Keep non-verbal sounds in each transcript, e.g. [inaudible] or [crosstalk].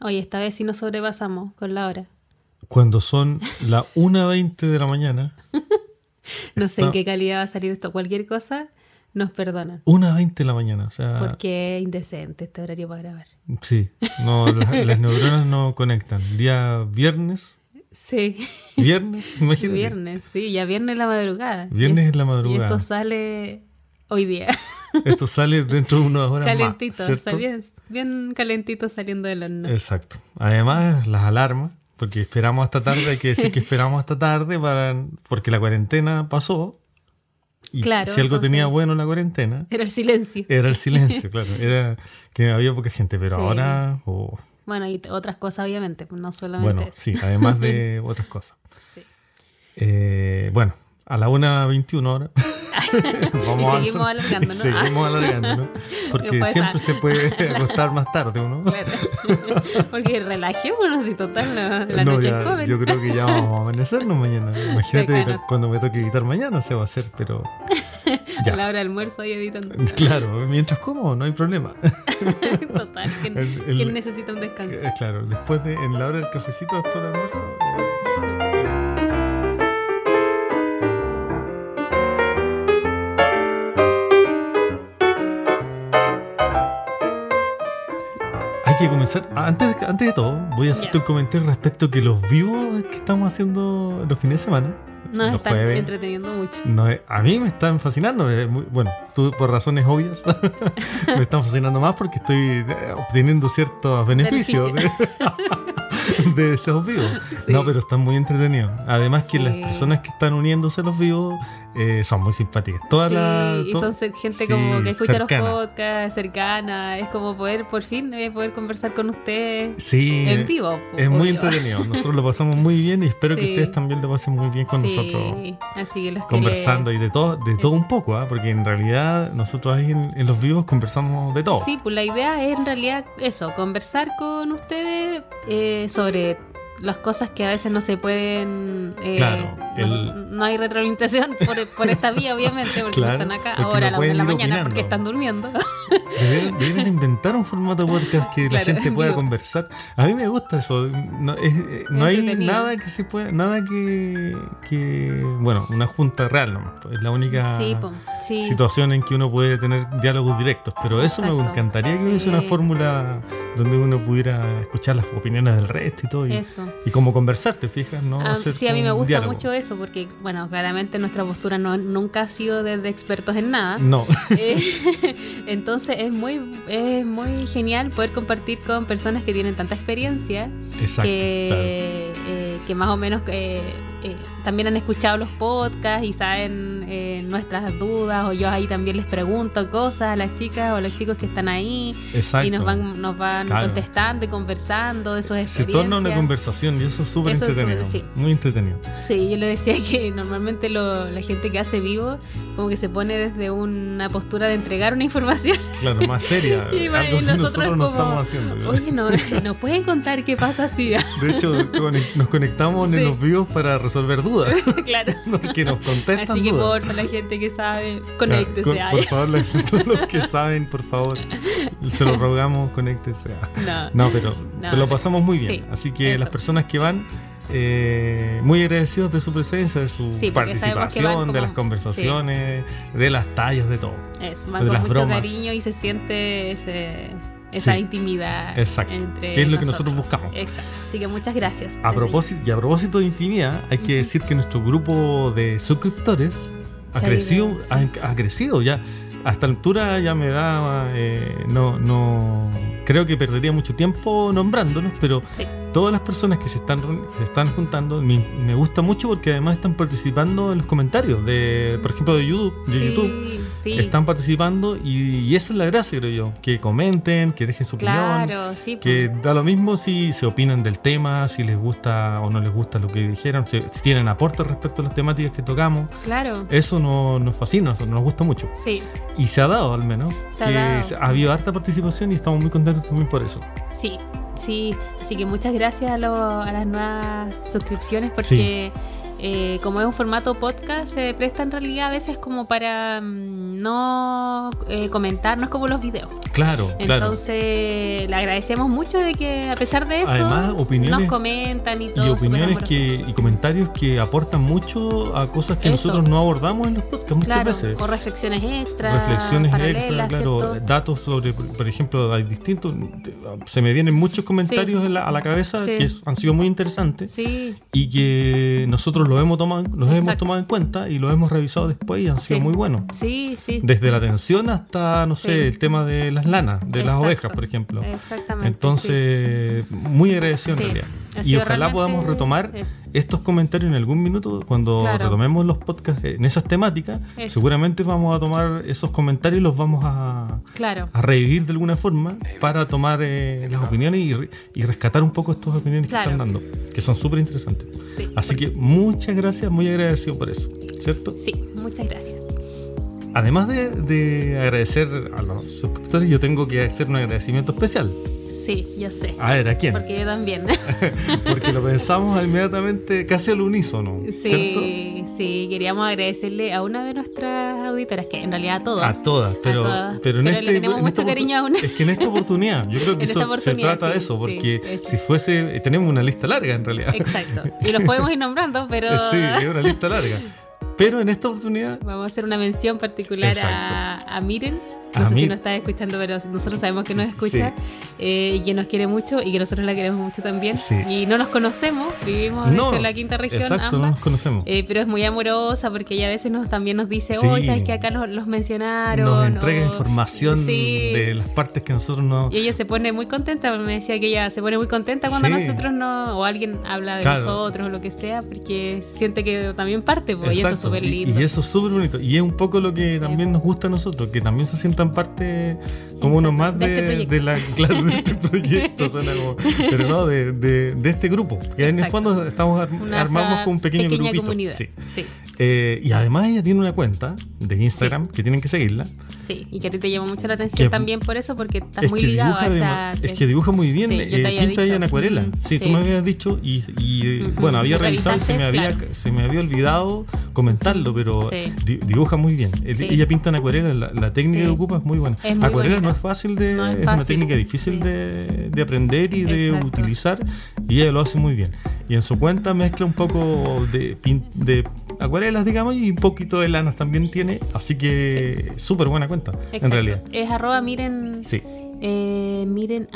Oye, esta vez sí nos sobrepasamos con la hora. Cuando son las 1.20 de la mañana. No sé en qué calidad va a salir esto. Cualquier cosa nos perdona. 1.20 de la mañana, o sea... Porque es indecente este horario para grabar. Sí, no, las, las neuronas no conectan. Día viernes, Sí. [laughs] viernes, imagínate. Viernes, sí. Ya viernes en la madrugada. Viernes Y- en la madrugada. Y esto sale hoy [laughs] día. Esto sale dentro de unas horas más, calentito. ¿cierto? Eh. ¿sabías? Bien calentito saliendo del horno. Exacto. Además, las alarmas, porque esperamos hasta tarde, hay que decir que esperamos hasta tarde para, porque la cuarentena pasó. Y Claro, si algo entonces- tenía bueno la cuarentena, Era el silencio. era el silencio, claro. Era que había poca gente, pero Sí. ahora... oh, Bueno, y t- otras cosas, obviamente. pues No solamente bueno, eso. sí, [laughs] además de otras cosas. Sí. Eh, bueno, a la [laughs] 1.21 ahora. Vamos seguimos avanzando. alargándonos. ah. Y [laughs] seguimos alargándonos, Porque pasa. siempre se puede acostar más tarde uno. Claro. [laughs] Porque relajémonos y total, la, la No, noche ya, es joven. Yo creo que ya vamos a amanecernos mañana. Imagínate Sí, claro. cuando me toque editar mañana, se va a hacer, [laughs] pero. A la Ya. hora del almuerzo ahí editando. Claro, mientras como, no hay problema. [laughs] Total, ¿quién, El- el- quién necesita un descanso? Eh, Claro, después de. En la hora del cafecito, después del almuerzo. eh, Hay que comenzar. ah, Antes de, antes de todo, voy a hacerte Ya. un comentario respecto que los vivos que estamos haciendo los fines de semana. Nos los están jueves, entreteniendo mucho. no, eh, a mí me están fascinando. eh, muy- bueno, tú por razones obvias [laughs] me están fascinando más porque estoy eh, obteniendo ciertos beneficios de, [laughs] de esos vivos. Sí. No, pero están muy entretenidos. Además que las Sí. personas que están uniéndose a los vivos eh, son muy simpáticas. Todas Sí, las- y to- son ser- gente Sí, como que escucha cercana. los podcasts, cercana. Es como poder, por fin, eh, poder conversar con ustedes Sí, eh, en vivo. po, es muy obvio. entretenido. Nosotros lo pasamos muy bien y espero que Sí. ustedes también lo pasen muy bien con Sí, nosotros. Así que los quería- Conversando y de todo, de todo un poco, ¿ah? porque en realidad nosotros ahí en, en los vivos conversamos de todo. Sí, pues la idea es en realidad eso, conversar con ustedes eh, sobre las cosas que a veces no se pueden... eh, Claro, no- el- no hay retroalimentación por, por esta vía, obviamente, porque [laughs] Claro, no están acá porque ahora a no las una de la pueden ir mañana porque opinando. están durmiendo. Deberían, deberían inventar un formato podcast que la Claro, gente pueda digo. conversar. A mí me gusta eso. No, es- eh, no hay entretenido. nada que se pueda, nada que, que- bueno, una junta real nomás. pues, Es la única Sí, po, sí. situación en que uno puede tener diálogos directos. Pero eso me Exacto. encantaría que hubiese Sí. una fórmula donde uno pudiera escuchar las opiniones del resto y todo. Y, Eso. y como conversar, ¿te fijas? No Ah, hacer sí, a mí un me gusta diálogo. mucho eso porque, bueno, claramente nuestra postura no, nunca ha sido de, de expertos en nada. No, [laughs] [laughs] Eh, entonces es muy, es muy genial poder compartir con personas que tienen tanta experiencia exacto. claro. que, eh, que más o menos eh, eh, también han escuchado los podcasts y saben eh, nuestras dudas o yo ahí también les pregunto cosas a las chicas o a los chicos que están ahí Exacto. y nos van, nos van Claro. contestando y conversando de sus se experiencias. torna una conversación y eso es súper Eso es entretenido. súper- sí. Muy entretenido. Sí, yo le decía [laughs] que normalmente lo- la gente que hace vivo como que se pone desde una postura de entregar una información. [laughs] Claro, más seria. [laughs] Y algo que nosotros nosotros, no como, estamos haciendo. ¿no? Oye, no, no pueden contar qué pasa si... De hecho, conec- nos conectamos Sí. en los vivos para resolver dudas. [laughs] [laughs] claro. ¿no? que nos contestan Así que dudas. porfa, la gente que sabe, Claro, conéctese con- a por favor, la- todos los que saben, por favor, se lo rogamos, conéctese. a- [laughs] No. No, pero No, te lo no. pasamos muy bien. Sí, Así que eso. las personas que van, eh, muy agradecidos de su presencia, de su Sí, porque sabemos que van participación, de como- las conversaciones, de las tallas, de todo. Eso, de van con las mucho bromas. cariño y se siente ese- esa Sí. intimidad Exacto. entre Que es lo que nosotros buscamos. Exacto. Así que muchas gracias. desde A ya. propósito, y a propósito de intimidad, hay que Ujú. decir que nuestro grupo de suscriptores ha Se ha crecido, ido, ha, ha crecido ya. A esta altura ya me da, eh, no, no, creo que perdería mucho tiempo nombrándolos, pero Sí. todas las personas que se están, reun- que se están juntando me, me gusta mucho porque además están participando en los comentarios de, por ejemplo, de YouTube, de sí, YouTube. sí. Están participando y, y esa es la gracia, creo yo, que comenten, que dejen su opinión, Claro, sí. po. que da lo mismo si se opinan del tema, si les gusta o no les gusta lo que dijeron, si, si tienen aportes respecto a las temáticas que tocamos. pues, Claro. Eso no- nos fascina, eso nos gusta mucho. Sí, Y se ha dado al menos. Se ha que dado. se- ha habido harta participación y estamos muy contentos también por eso. sí, sí. Así que muchas gracias a, lo- a las nuevas suscripciones Sí. porque eh, como es un formato podcast, se presta en realidad a veces como para mm, no eh, comentar, no es como los videos. Claro, claro. Entonces, le agradecemos mucho de que a pesar de eso, Además, opiniones- nos comentan y todo. Y súper opiniones que, amorosos. y comentarios que aportan mucho a cosas que Eso. nosotros no abordamos en los podcasts muchas Claro, veces. o reflexiones extra, reflexiones paralelas, extra, claro, ¿cierto? datos sobre, por por ejemplo, hay distintos, se me vienen muchos comentarios en la- a la cabeza Sí. que es- han sido muy interesantes Sí, y que nosotros los hemos tomado, los hemos Exacto. tomado en cuenta y los hemos revisado después y han sido Sí. muy buenos. sí, sí. Desde la atención hasta, no sé, Sí. el tema de las lanas, de las Exacto. ovejas, por ejemplo. Exactamente. Entonces, muy agradecido en Sí. realidad. Ha Y sido ojalá realmente podamos retomar eso. estos comentarios en algún minuto cuando Claro. retomemos los podcasts en esas temáticas. Eso. Seguramente vamos a tomar esos comentarios y los vamos a, sí. Claro. a revivir de alguna forma para tomar eh, las opiniones y, re- y rescatar un poco estas opiniones Claro. que están dando, que son súper interesantes. Sí. Así que muchas gracias, muy agradecido por eso, ¿cierto? Sí, muchas gracias. Además de, de agradecer a los suscriptores, yo tengo que hacer un agradecimiento especial. Sí, yo sé. A ver, ¿a quién? Porque yo también. [laughs] Porque lo pensamos inmediatamente, casi al unísono, Sí, ¿cierto? sí, queríamos agradecerle a una de nuestras auditoras, que en realidad a todas. A todas, pero, todas. pero en Pero le este, tenemos en esta mucho cariño oportu- a una. Es que en esta oportunidad, [laughs] yo creo que En esta eso se oportunidad, trata de sí, eso, sí, porque eso. si fuese, eh, tenemos una lista larga en realidad. Exacto. Y los podemos ir nombrando, [laughs] pero Eh, [laughs] Sí, es una lista larga. Pero en esta oportunidad, vamos a hacer una mención particular a, a Miren. No A sé Mir- si nos está escuchando, pero nosotros sabemos que nos escucha eh, y que nos quiere mucho y que nosotros la queremos mucho también. Sí. Y no nos conocemos, vivimos de No, hecho, en la quinta región exacto, no ambas. nos conocemos. Eh, pero es muy amorosa porque ella a veces nos, también nos dice, Sí. oh, sabes que acá los, los mencionaron. Nos entrega o- información Sí. de las partes que nosotros no. Y ella se pone muy contenta, me decía que ella se pone muy contenta cuando Sí. nosotros no, o alguien habla de Claro. nosotros o lo que sea, porque siente que también parte, po, y eso es Exacto, súper y- lindo. Y, eso es súper bonito. Y es un poco lo que también nos gusta a nosotros, que también se sientan parte como uno Exacto, más de de, este proyecto. de la, claro, de este proyecto, suena como- pero no, de, de- de este grupo. Que en el Exacto. fondo estamos ar- Una armamos fa- con un pequeño pequeña grupito. comunidad. Sí. Sí, Eh, y además ella tiene una cuenta de Instagram que tienen que seguirla. sí, y que a ti te llama mucho la atención Que- también por eso, porque estás muy que ligado dibuja a esa... dema- es que dibuja muy bien, Sí, eh, yo te había pinta ella en dicho. acuarela. Mm, sí, tú sí. me habías dicho y, y, eh, Ujú. bueno, había Lo revisado y se me, revisaste, había, se me había olvidado comentarlo, pero Sí. di- dibuja muy bien. Eh, Sí. Ella pinta en acuarela, la, la técnica Sí. que ocupa es muy buena. Es muy acuarela bonita. no es fácil de, No es es, una fácil, técnica difícil sí. de, de aprender y de Exacto. utilizar y ella lo hace muy bien. Y en su cuenta mezcla un poco de, pin- de acuarelas, digamos, y un poquito de lanas también tiene, así que súper buena cuenta, en Exacto. realidad. Es arroba miren, Sí, eh, miren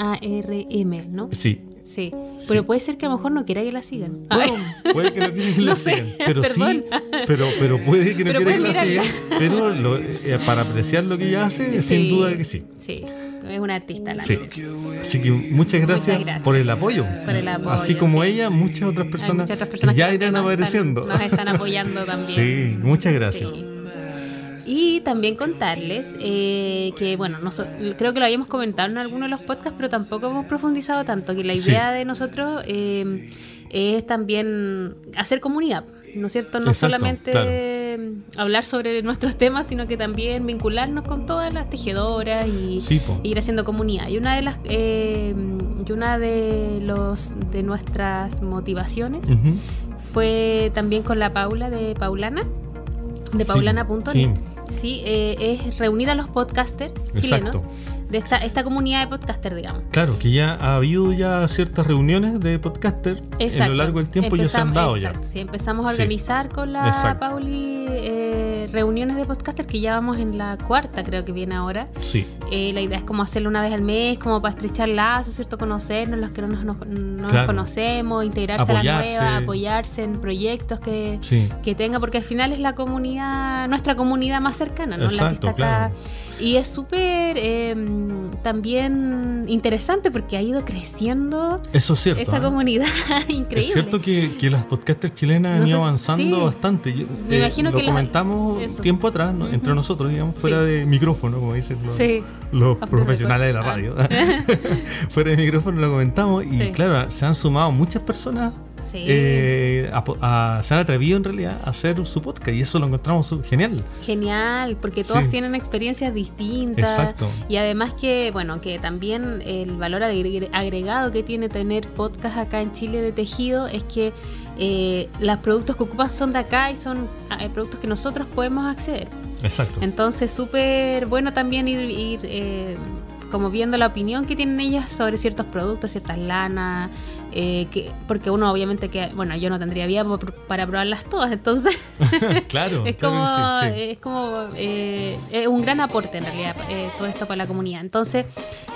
ARM, ¿no? sí, Sí. Sí. Pero puede ser que a lo mejor no quiera que la sigan. Bueno, puede que no quiera que [laughs] la No sé, sigan, pero sí, perdón. pero, pero puede que no Pero quiera que la pueden mirarla. sigan. Pero lo- eh, para apreciar lo que ella hace, sin duda que sí. Sí, es una artista la Sí. Así que muchas gracias, gracias. por el apoyo. Por el apoyo, Así como sí. ella, muchas otras Hay personas, muchas otras personas ya que irán nos están- apareciendo. nos están apoyando también. [laughs] Sí, muchas gracias. Sí. Y también contarles eh, que, bueno, noso- creo que lo habíamos comentado en alguno de los podcasts, pero tampoco hemos profundizado tanto, que la Sí. idea de nosotros eh, es también hacer comunidad, ¿no es cierto? No Exacto, solamente claro. eh, hablar sobre nuestros temas, sino que también vincularnos con todas las tejedoras y, Sí, po. e ir haciendo comunidad. Y una de las eh, y una de los de nuestras motivaciones Ujú. fue también con la Paula de Paulana, de Sí, paulana.net. sí. Sí, eh, es reunir a los podcasters chilenos Exacto. de esta, esta comunidad de podcaster, digamos. Claro, que ya ha habido ya ciertas reuniones de podcaster a lo Exacto. largo del tiempo ya se han Empezamos- dado exacto, sí, empezamos a Sí. organizar con la Exacto. Pauli eh, reuniones de podcaster que ya vamos en la cuarta, creo que viene ahora. ya. Sí, Eh, la idea es como hacerlo una vez al mes, como para estrechar lazos, ¿cierto? Conocernos, los que no nos, no nos Claro. conocemos, integrarse Apoyarse. a la nueva, apoyarse en proyectos que, sí. que tenga, porque al final es la comunidad, nuestra comunidad más cercana, ¿no? la que Exacto, está acá. claro. Y es súper eh, también interesante porque ha ido creciendo Eso es cierto. esa ¿eh? comunidad [laughs] increíble. Es cierto que, que las podcasters No chilenas han ido sé, avanzando sí. bastante. Yo- eh, Me imagino lo que las- comentamos eso. tiempo atrás, ¿no? entre Ujú. nosotros, digamos, fuera Sí. de micrófono, como dicen los, Sí, Ah. los the profesionales de [laughs] la radio. [laughs] record. fuera de micrófono lo comentamos y Sí. claro, se han sumado muchas personas Sí. eh, a- a- se han atrevido en realidad a hacer su podcast y eso lo encontramos su- genial. Genial, porque todos Sí. tienen experiencias distintas. Exacto. Y además que, bueno, que también el valor agre- agregado que tiene tener podcast acá en Chile de tejido es que eh, los productos que ocupan son de acá y son eh, productos que nosotros podemos acceder. Exacto. Entonces, súper bueno también ir, ir, eh, como viendo la opinión que tienen ellas sobre ciertos productos, ciertas lanas, eh, que, porque uno obviamente que, bueno, yo no tendría vida por- para probarlas todas, entonces [laughs] claro. es claro como, que sí, sí. es como eh, es un gran aporte en realidad eh, todo esto para la comunidad. Entonces,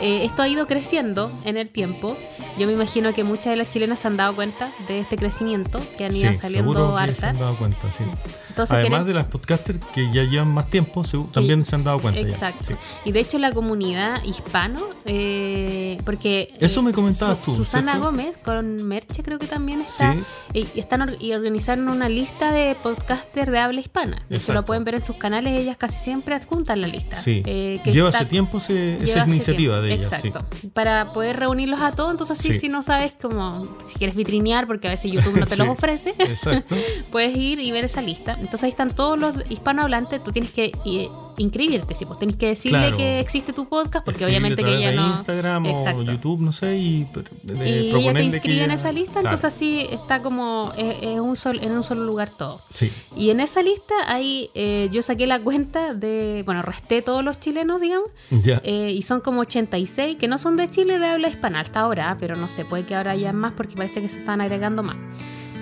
eh, esto ha ido creciendo en el tiempo. Yo me imagino que muchas de las chilenas se han dado cuenta de este crecimiento, que han ido Sí, saliendo seguro que se hartas. han dado cuenta, sí. Entonces, Además queremos- de las podcasters que ya llevan más tiempo, se- también se han dado cuenta. ya, Exacto. sí. Y de hecho la comunidad hispano, eh, porque... eh, Eso me comentabas tú, Susana ¿cierto? Gómez con Merche creo que también Sí, está. Y, y están or- y organizaron una lista de podcasters de habla hispana. De hecho, lo Exacto. pueden ver en sus canales, ellas casi siempre adjuntan la lista. sí. Eh, que Lleva está- hace tiempo se- lleva esa hace iniciativa tiempo. de ella. sí. Exacto. Para poder reunirlos a todos, entonces sí, Sí. si no sabes como si quieres vitrinear, porque a veces YouTube [laughs] no te los Sí. ofrece, [laughs] Exacto. puedes ir y ver esa lista. Entonces ahí están todos los hispanohablantes. Tú tienes que eh, inscribirte, sí, pues tienes que decirle Claro. que existe tu podcast, porque Escribirle obviamente a que través ella de no. Instagram Exacto. o YouTube, eh, no sé, y, Y ella te inscribe inscriben en esa lista, entonces así está como es- es un sol- en un solo lugar todo. Sí, Y en esa lista ahí eh, yo saqué la cuenta de, bueno, resté todos los chilenos, digamos, ya. eh, y son como 86 que no son de Chile de habla hispana hasta ahora, ah, pero no sé, puede que ahora haya más porque parece que se están agregando más.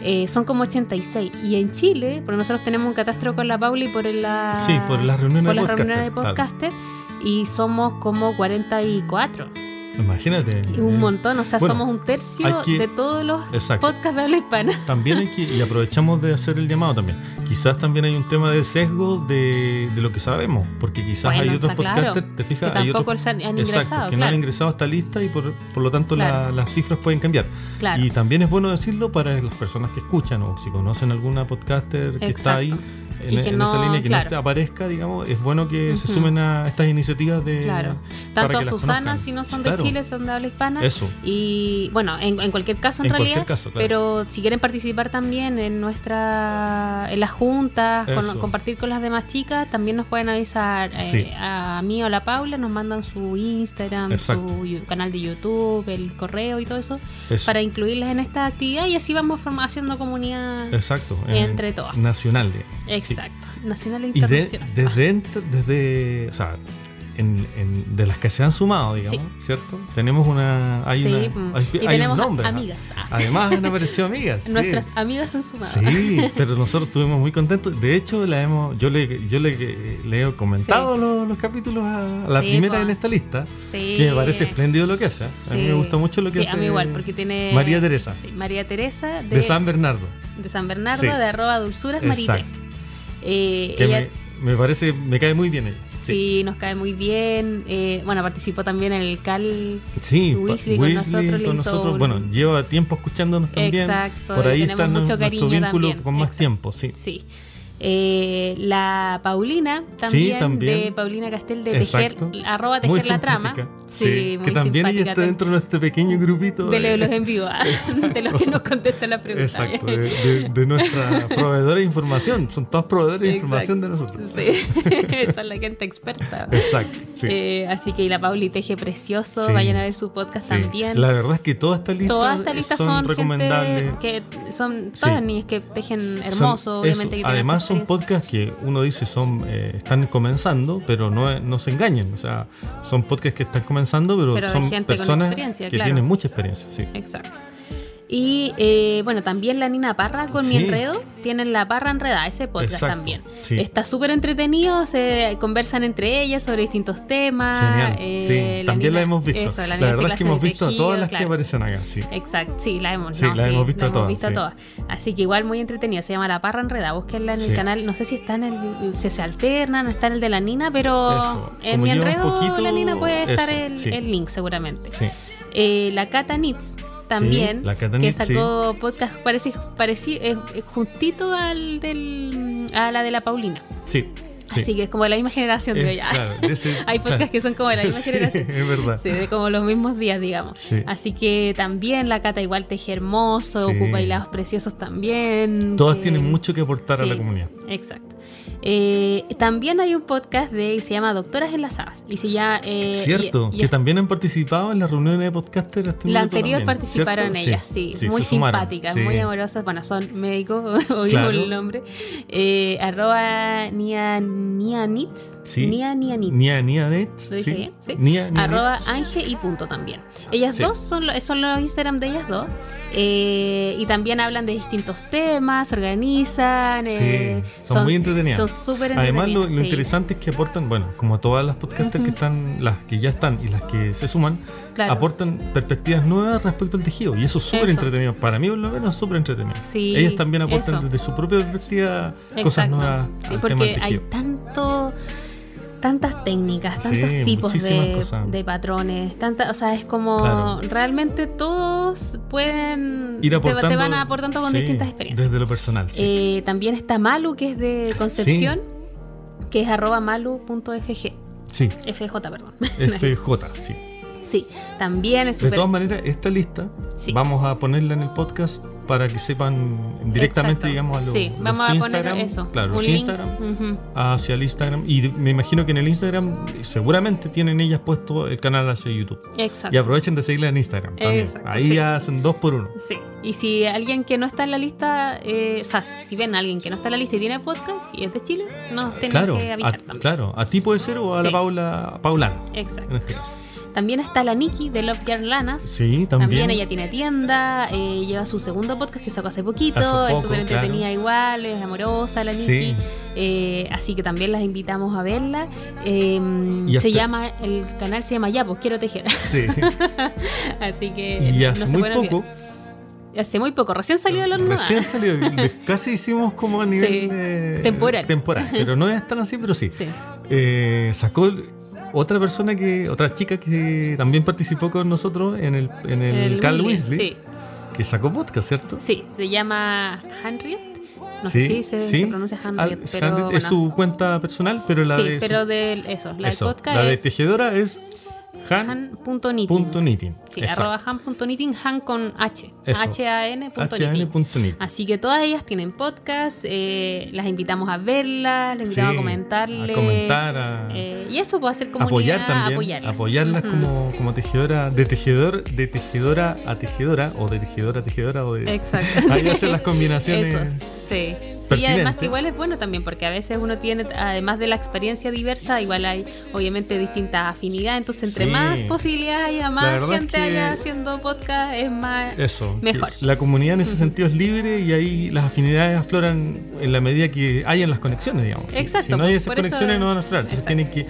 Eh, son como 86. Y en Chile, porque nosotros tenemos un catastro con la Pauli por la, Sí, por las reuniones por de las reuniones de podcaster, podcaster, y somos como 44. Imagínate. Y un montón, o sea, Mm. Bueno, somos un tercio hay que- de todos los Exacto. podcasts de habla hispana. También hay que, y aprovechamos de hacer el llamado también. Quizás también hay un tema de sesgo de, de lo que sabemos, porque quizás Bueno, hay otros está claro, podcasters, te Que fijas, hay tampoco otros se han, han ingresado, exacto, que no han claro. ingresado a esta lista y por, por lo tanto la- Claro. las cifras pueden cambiar. claro. Y también es bueno decirlo para las personas que escuchan o si conocen alguna podcaster que está ahí Exacto. en, e- Y que en esa no, línea que claro. no te aparezca, digamos, es bueno que se Ujú. sumen a estas iniciativas de Claro. eh, para Tanto que las Susana, conozcan. si no son Claro, de Chile, son de habla hispana. Eso. Y bueno, en, en cualquier caso, en, En cualquier realidad. caso, claro. Pero si quieren participar también en nuestra en las juntas, con- Eso. compartir con las demás chicas, también nos pueden avisar eh, Sí. a mí o a la Paula, nos mandan su Instagram, Exacto. su yu- canal de YouTube, el correo y todo eso, Eso. para incluirlas en esta actividad y así vamos form- haciendo comunidad Exacto. entre todas. Nacional. digamos. Exacto, nacional e Y de- internacional. desde, ent- desde, o sea, en- en- de las que se han sumado, digamos, ¿cierto? Tenemos una, hay, Sí, una- mm. hay- y hay un tenemos nombre, ¿ah? amigas. ah. Además han aparecido amigas. [laughs] sí. Nuestras amigas han sumado. Sí, [laughs] pero nosotros estuvimos muy contentos. De hecho, la hemos, yo le, yo le, le he comentado los, los capítulos a la Sí, primera po. en esta lista, Sí. que me parece espléndido lo que hace. ¿eh? A mí Sí. me gusta mucho lo que Sí, a hace mí igual, porque tiene... María Teresa, Sí, María Teresa de, de, San Bernardo. de San Bernardo, Sí. de arroba dulzuras Exacto. Maritec. Eh, Que ella me, me parece, me cae muy bien ella. Sí, sí, nos cae muy bien. Eh, bueno, participó también en el CAL. sí, pa- Weasley con nosotros le hizo con nosotros, un- bueno, lleva tiempo escuchándonos también. Exacto, Por le ahí tenemos está nu- mucho nuestro cariño vínculo también, con más exacto. tiempo, sí. Sí. Eh, la Paulina también, también. de Paulina Castel de Exacto. Tejer, arroba Muy Tejer la Trama. simpática, Sí, muy que también ella simpática está dentro de este pequeño grupito de los en [laughs] vivo, [laughs] ah, de los que nos contestan las preguntas. Exacto, de, de- [laughs] de nuestra proveedora de información. Son todos proveedores de Exacto. información de nosotros. Sí, [laughs] esa es la gente [laughs] experta. Exacto, sí. Eh, así que y la Pauli teje precioso, Sí. vayan a ver su podcast sí. también. La verdad es que todas estas listas Todas estas listas son, son, recomendables. gente que son Sí. todas niñas que tejen Son- hermoso, obviamente. eso. que tienen Además esta son experiencia. podcasts que uno dice son eh, están comenzando, pero no, es- no se engañen. O sea, son podcasts que están comenzando, pero, Pero de son gente con personas experiencia, que claro. tienen mucha experiencia. Sí. Exacto. Y eh, bueno, también la Nina Parra con Mi Sí. Enredo, tienen la Parra Enredada, ese podcast Exacto, también. sí. Está súper entretenido, se conversan entre ellas sobre distintos temas. Genial. eh, sí. También Nina- la hemos visto. eso, Nina la hace verdad es que clases hemos de visto a tejido, todas las que claro. aparecen acá. Sí. Exacto, sí, la hemos, Sí, no, la hemos visto la todas, visto sí. todas. Así que igual muy entretenida, se llama La Parra Enredada, búsquenla en el Sí. canal, no sé si está en el, si se alterna, no está en el de la Nina, pero Eso, en como mi lleva un enredo poquito, la Nina puede estar eso, el, sí. el link seguramente. Sí. Eh, la Cata Nitz también, la Cata que Nitz, sacó podcast pareci- pareci- eh, eh, juntito al del, a la de la Paulina. Sí. Sí. Así que es como de la misma generación de Es- hoy. [laughs] claro, de ese- Hay podcasts claro. que son como de la misma [laughs] Sí, generación. Es verdad. Sí, de como los mismos días, digamos. Sí. Así que también la Cata igual teje hermoso, Sí. ocupa hilados preciosos también. Todas que- tienen mucho que aportar a la Sí. comunidad. Exacto. Eh, también hay un podcast de se llama Doctoras Enlazadas. Y si ya. eh, Cierto, y- y- que también han participado en las reuniones de podcasters. hasta el la minuto anterior también, participaron ¿cierto? ellas, sí, sí, muy se sumaron, simpáticas, sí. muy amorosas. Bueno, son médicos, [laughs] oímos Claro. el nombre. Eh, arroba Nia Nia Nitz. Sí. Nia Nia Nitz. Nia, Nia Net. ¿Lo dije bien? Sí. Nia, Nia Arroba Net. Ángel y punto también. Ellas Sí. dos son, lo- son los Instagram de ellas dos. eh, y también hablan de distintos temas, se organizan. Sí, eh, son muy entretenidas. Son súper Además, lo, entretenidas, lo sí. interesante es que aportan, bueno, como todas las podcasters que están, las que ya están y las que se suman, Claro. aportan perspectivas nuevas respecto al tejido. Y eso es súper Eso. entretenido. Para mí, por lo menos, súper entretenido. Sí, Ellas también aportan eso. desde su propia perspectiva cosas Exacto. nuevas Sí, al tema del porque hay tejido. tanto tantas técnicas, Sí, tantos tipos muchísimas de, cosas. de patrones, tanta, o sea, es como Claro. realmente todos pueden Ir te va- aportando, te, van aportando con sí, distintas experiencias. Desde lo personal, sí. Eh, también está Malu, que es de Concepción, que es arroba malu.fg. [laughs] sí, FJ, perdón. FJ, sí. [laughs] sí, también es De súper... todas maneras, esta lista Sí. vamos a ponerla en el podcast para que sepan Exacto. directamente, digamos, a los, Sí, los vamos a poner Instagram, eso. Claro, un los link. Instagram Ujú. hacia el Instagram. Y de- me imagino que en el Instagram seguramente tienen ellas puesto el canal hacia YouTube. Exacto. Y aprovechen de seguirla en Instagram también. Exacto, Ahí sí. hacen dos por uno. Sí, y si alguien que no está en la lista, eh, o sea, si ven a alguien que no está en la lista y tiene podcast y es de Chile, nos tienen Claro, que a, avisar también. claro, a ti puede ser o a la Sí. Paula Paulana, en Exacto. este caso. También está la Nikki de Love Yarn Lanas. Sí, también. También ella tiene tienda, eh, lleva su segundo podcast que sacó hace poquito, Hace es poco, súper entretenida igual, es amorosa la Nikki, Sí. eh, así que también las invitamos a verla. Eh, Y se hasta- llama, el canal se llama Ya, pues quiero tejer, [laughs] Sí. así que Y hace no se muy pueden olvidar. poco. Hace muy poco, recién salió de la horno. Recién salió. de- [laughs] Casi hicimos como a nivel Sí, de- temporal. temporal, Pero no es tan así, pero sí. Sí. Eh, sacó el- otra persona que. Otra chica que también participó con nosotros en el, en el, El Carl Weasley, Weasley. Sí. Que sacó podcast, ¿cierto? Sí, se llama Henriette. No sé si se, sí. se pronuncia Henriette, Al- pero Henriette Es bueno. su cuenta personal, pero la sí, de. su- pero del eso, la eso, del podcast la de es tejedora es han.knitting. han.knitting. Sí, Exacto. arroba han.knitting, han con H. Eso. H-A-N.knitting. HN.knitting. Así que todas ellas tienen podcast, eh, las invitamos a verlas, las invitamos Sí, a comentarle. A comentar, a eh, y eso puede hacer comunidad, apoyar también. apoyarlas. apoyarlas Ujú. como, como tejedora, de tejedor, de tejedora a tejedora, o de tejedora a tejedora, o de. Exacto. [laughs] Ahí hacen las combinaciones. Eso, sí. Sí, y pertinente. además que igual es bueno también, porque a veces uno tiene, además de la experiencia diversa, igual hay obviamente distintas afinidades, entonces entre Sí. más posibilidades haya, más verdad es gente que- haya haciendo podcast, es más... Eso. que Mejor. La comunidad en ese sentido es libre y ahí las afinidades afloran en la medida que hayan las conexiones, digamos. Si- Exacto, Si, no hay por- esas por eso- conexiones, no van a aflorar. Entonces tienen que,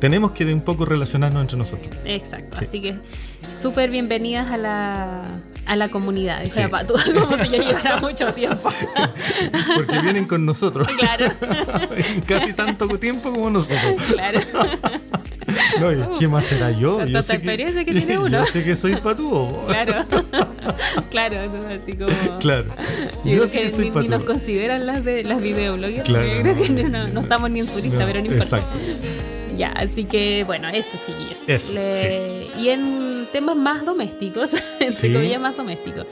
tenemos que de un poco relacionarnos entre nosotros. Exacto, Sí. así que súper bienvenidas a la, a la comunidad, Sí. esa pato, [laughs] como si ya [laughs] llevara mucho tiempo. Porque vienen con nosotros. [laughs] [laughs] claro, Casi tanto tiempo como nosotros. [laughs] claro. No, ¿y ¿qué más será yo? Con yo tanta experiencia que tiene [laughs] yo uno. sé que soy patúo. Claro, claro, ¿no? así como... Claro. Yo Yo creo sé que que ni, soy ni nos patúo. consideran las, de, las videobloggers. Claro. Yo creo que no, no- no estamos ni en su lista, No, pero no importa. Exacto. Ya, así que bueno, eso, chiquillos. Eso, Y en temas más domésticos, [laughs] entre Sí. comillas más domésticos,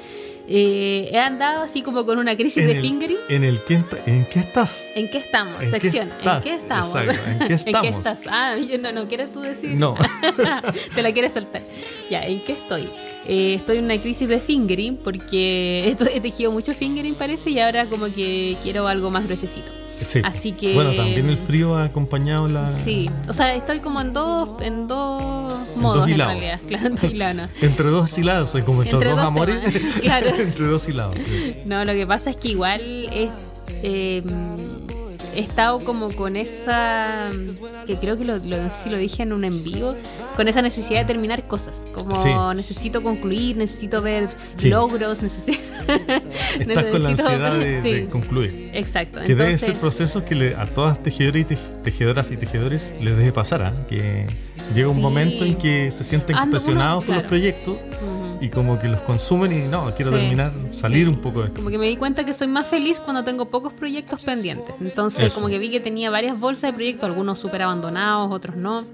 eh, he andado así como con una crisis de el- fingering. en el que ent- ¿En qué estás? ¿En qué estamos? ¿En qué Sección. ¿En estás? qué estamos? Exacto, [laughs] ¿en qué estamos? estás? Ah, yo no, no, ¿quieres tú decir? [laughs] Ah, No. Te la quieres saltar. Ya, ¿en qué estoy? Eh, estoy en una crisis de fingering porque [laughs] esto- he tejido mucho fingering parece y ahora como que quiero algo más gruesecito. Sí. Así que... Bueno, también el frío ha acompañado la. Sí, o sea, estoy como en dos, en dos Ah. En modos dos en hilados. realidad, [laughs] claro, en dos hilados. Entre dos hilados, soy como entre, Entre dos, dos amores. temas, claro. [laughs] entre dos hilados. [laughs] sí. No, lo que pasa es que igual es, eh, he estado como con esa, que creo que lo, lo, no sé si lo dije en un en vivo, con esa necesidad de terminar cosas, como Sí. necesito concluir, necesito ver Sí. logros, necesito... [laughs] Estás con la necesito- ansiedad [laughs] de, sí, de concluir. Exacto. Que debe Entonces, ser procesos que le- a todas tejedoras y tej- tejedoras y tejedores les debe pasar, ¿ah? que llega un Sí. momento en que se sienten Ando uno, presionados por claro. los proyectos ujú. y como que los consumen y no, quiero Sí. terminar, salir un poco de esto. Como que me di cuenta que soy más feliz cuando tengo pocos proyectos pendientes. Entonces, Eso. como que vi que tenía varias bolsas de proyectos, algunos súper abandonados, otros no,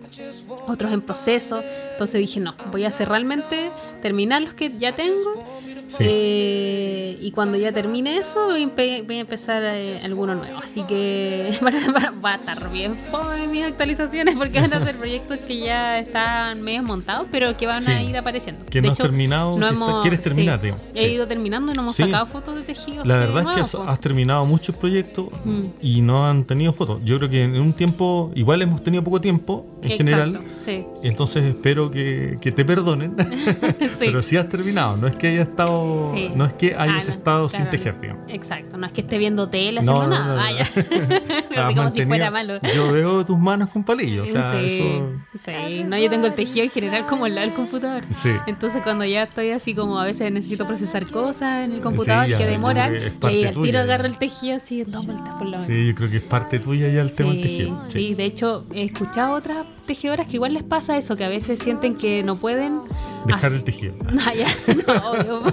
otros en proceso. Entonces dije, no, voy a hacer realmente terminar los que ya tengo. Sí. Eh, y cuando ya termine eso, voy a, empe- voy a empezar eh, alguno nuevo. Así que [laughs] van a- van a- va a estar bien fome mis actualizaciones porque van a ser proyectos que ya están medio montados, pero que van a Sí. ir apareciendo. Que no has terminado, no que está- quieres terminar, sí, digamos. He Sí. ido terminando y no hemos Sí. sacado fotos de tejidos. La de verdad es que nuevo, has, po. has terminado muchos proyectos Mm. y no han tenido fotos. Yo creo que en un tiempo, igual hemos tenido poco tiempo en Exacto, general, [laughs] Sí, entonces espero que, que te perdonen, [laughs] sí. pero sí has terminado, no es que hayas estado, Sí. no es que hayas Ah, no, estado sin claro, tejer, digamos. Exacto, no es que esté viendo tele No, haciendo no, nada. no, no. Ah, ya. [laughs] Has Así como si mantenido- fuera malo. Yo veo tus manos con [laughs] palillo, [laughs] o sea, sí, eso... sí. No, yo tengo el tejido en general como el, el computador. Sí. Entonces cuando ya estoy así como a veces necesito procesar cosas en el computador Sí, ya, que demoran, es y parte ahí al tuya, tiro ya. agarro el tejido así en dos vueltas por lo menos. Sí, yo creo que es parte tuya ya el tema Sí, del tejido. Sí. sí, de hecho he escuchado otras tejedoras que igual les pasa eso, que a veces sienten que no pueden Dejar el hacer- tejido. No, [laughs] Ah, ya, no, obvio.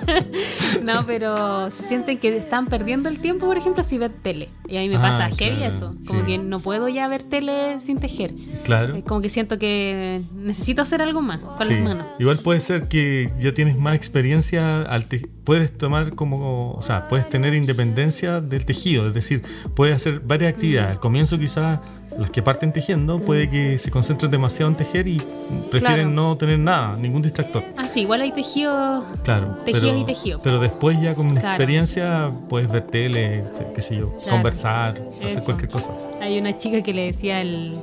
[laughs] No, pero se sienten que están perdiendo el tiempo, por ejemplo, si ven tele. Y a mí me Ah, pasa heavy claro, eso. Como sí. que no puedo ya ver tele sin tejer. Claro. Eh, Como que siento que necesito hacer algo más con Sí. las manos. Igual puede ser que ya tienes más experiencia, al te- puedes tomar como, o sea, puedes tener independencia del tejido, es decir, puedes hacer varias Mm. actividades. Al comienzo quizás los que parten tejiendo puede que se concentren demasiado en tejer y prefieren Claro. no tener nada, ningún distractor. Ah, sí, igual hay tejidos Claro. Tejidos pero- y tejido. Pero después ya con Claro. experiencia puedes ver tele, qué sé yo, Claro. conversar, hacer Eso. cualquier cosa. Hay una chica que le decía el,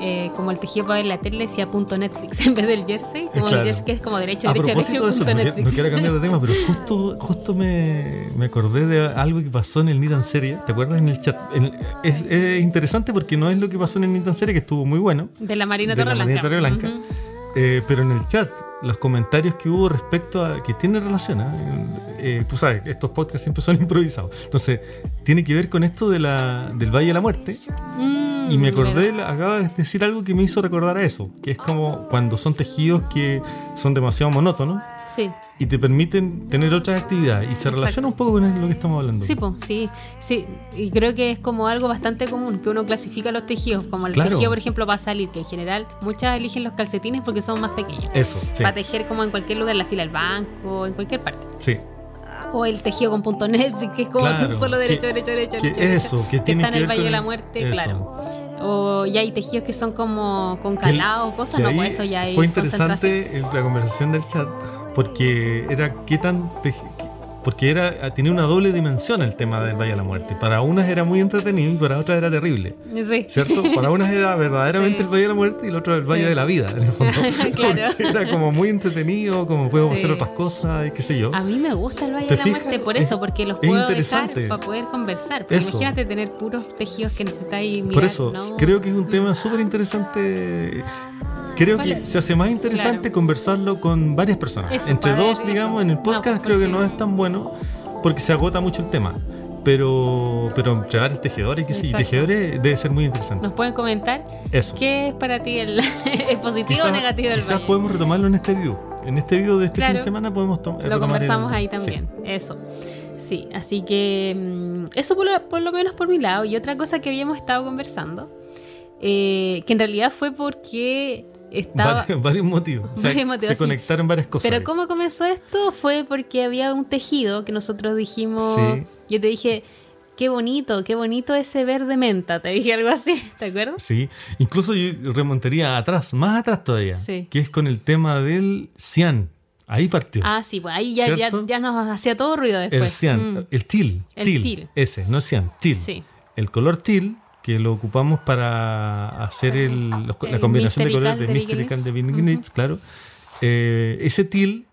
eh, como el tejido para ver la tele, le decía punto Netflix [laughs] en vez del jersey. Como Claro. el jersey que es como derecho, A derecho, propósito derecho, de eso, punto no, quiero- no Netflix. quiero cambiar de tema, pero justo, justo me, me acordé de algo que pasó en el Ah, Nitan Serie. ¿Te acuerdas en el chat? En el- es, es interesante porque no es lo que pasó en el Nitan Serie, que estuvo muy bueno, [laughs] de la Marina de la Torre Blanca. Marina Torreblanca. Ujú. eh, pero en el chat, los comentarios que hubo respecto a. que tiene relación, ¿ah? Eh, tú sabes, estos podcasts siempre son [laughs] improvisados. Entonces, tiene que ver con esto de la, del Valle de la Muerte. Mm, Y me acordé, mira. la- acabas de decir algo que me hizo recordar a eso, que es como cuando son tejidos que son demasiado monótonos Sí, y te permiten tener otras actividades y se Exacto. relaciona un poco con lo que estamos hablando. sí, po, sí, sí. Y creo que es como algo bastante común que uno clasifica los tejidos. Como el Claro. tejido, por ejemplo, para salir, que en general muchas eligen los calcetines porque son más pequeños. Eso, sí. Para tejer como en cualquier lugar, en la fila del banco, en cualquier parte. sí. O el tejido con punto Netflix, [laughs] que es como Claro, tú solo que- derecho, derecho, derecho, que derecho, derecho, eso, que que tiene está en que el ver Valle con de la el- Muerte, eso. claro. O ya hay tejidos que son como con Que el- calado, cosas, que no, pues ahí eso ya hay Fue concentración. interesante en la conversación del chat porque era qué tan te- porque era tenía una doble dimensión el tema del Valle a la Muerte. Para unas era muy entretenido y para otras era terrible. Sí. [laughs] ¿Cierto? Para unas era verdaderamente Sí. el Valle de la Muerte y el otro el Valle Sí. de la Vida, en el fondo. [laughs] [laughs] Claro. Porque era como muy entretenido, como puedo Sí. hacer otras cosas y qué sé yo. A mí me gusta el Valle ¿Te de la fijas? Muerte por Es- eso, porque los es puedo dejar interesante. para poder conversar. Porque Eso. imagínate tener puros tejidos que necesitáis mirar. Por eso, ¿no? creo que es un tema súper interesante. Creo que Hola. se hace más interesante Claro. conversarlo con varias personas. Eso, Entre para dos, ver digamos, eso. en el No, pues, podcast porque- creo que no es tan bueno porque se agota mucho el tema. Pero, pero entre varios tejedores, que sí, Exacto. tejedores debe ser muy interesante. Nos pueden comentar Eso. qué es para ti el, [laughs] el positivo Quizás- o negativo del quizás Valle. podemos retomarlo en este video. En este video de este fin de Claro. semana podemos to- Lo retomar el- conversamos ahí sí. también, eso. Sí, así que mm, eso por lo, por lo menos por mi lado. Y otra cosa que habíamos estado conversando, eh, que en realidad fue porque estaba... Vari- [laughs] varios motivos. O sea, Varios motivos, se sí. conectaron varias cosas. Pero ahí. cómo comenzó esto fue porque había un tejido que nosotros dijimos, Sí. yo te dije, qué bonito, qué bonito ese verde menta, te dije algo así, [laughs] ¿te acuerdas? Sí, incluso yo remontaría atrás, más atrás todavía, Sí. que es con el tema del cian. Ahí partió. Ah, sí, pues ahí ya, ya, ¿Cierto? ya nos hacía todo ruido después. el cian, Mm, el til, El til, til. ese, no cian, til. sí. El color til que lo ocupamos para hacer el- los- la El combinación de Mystery colores Cal de de Mystery Big Cal de Knits. Big Knits, claro. Eh, ese til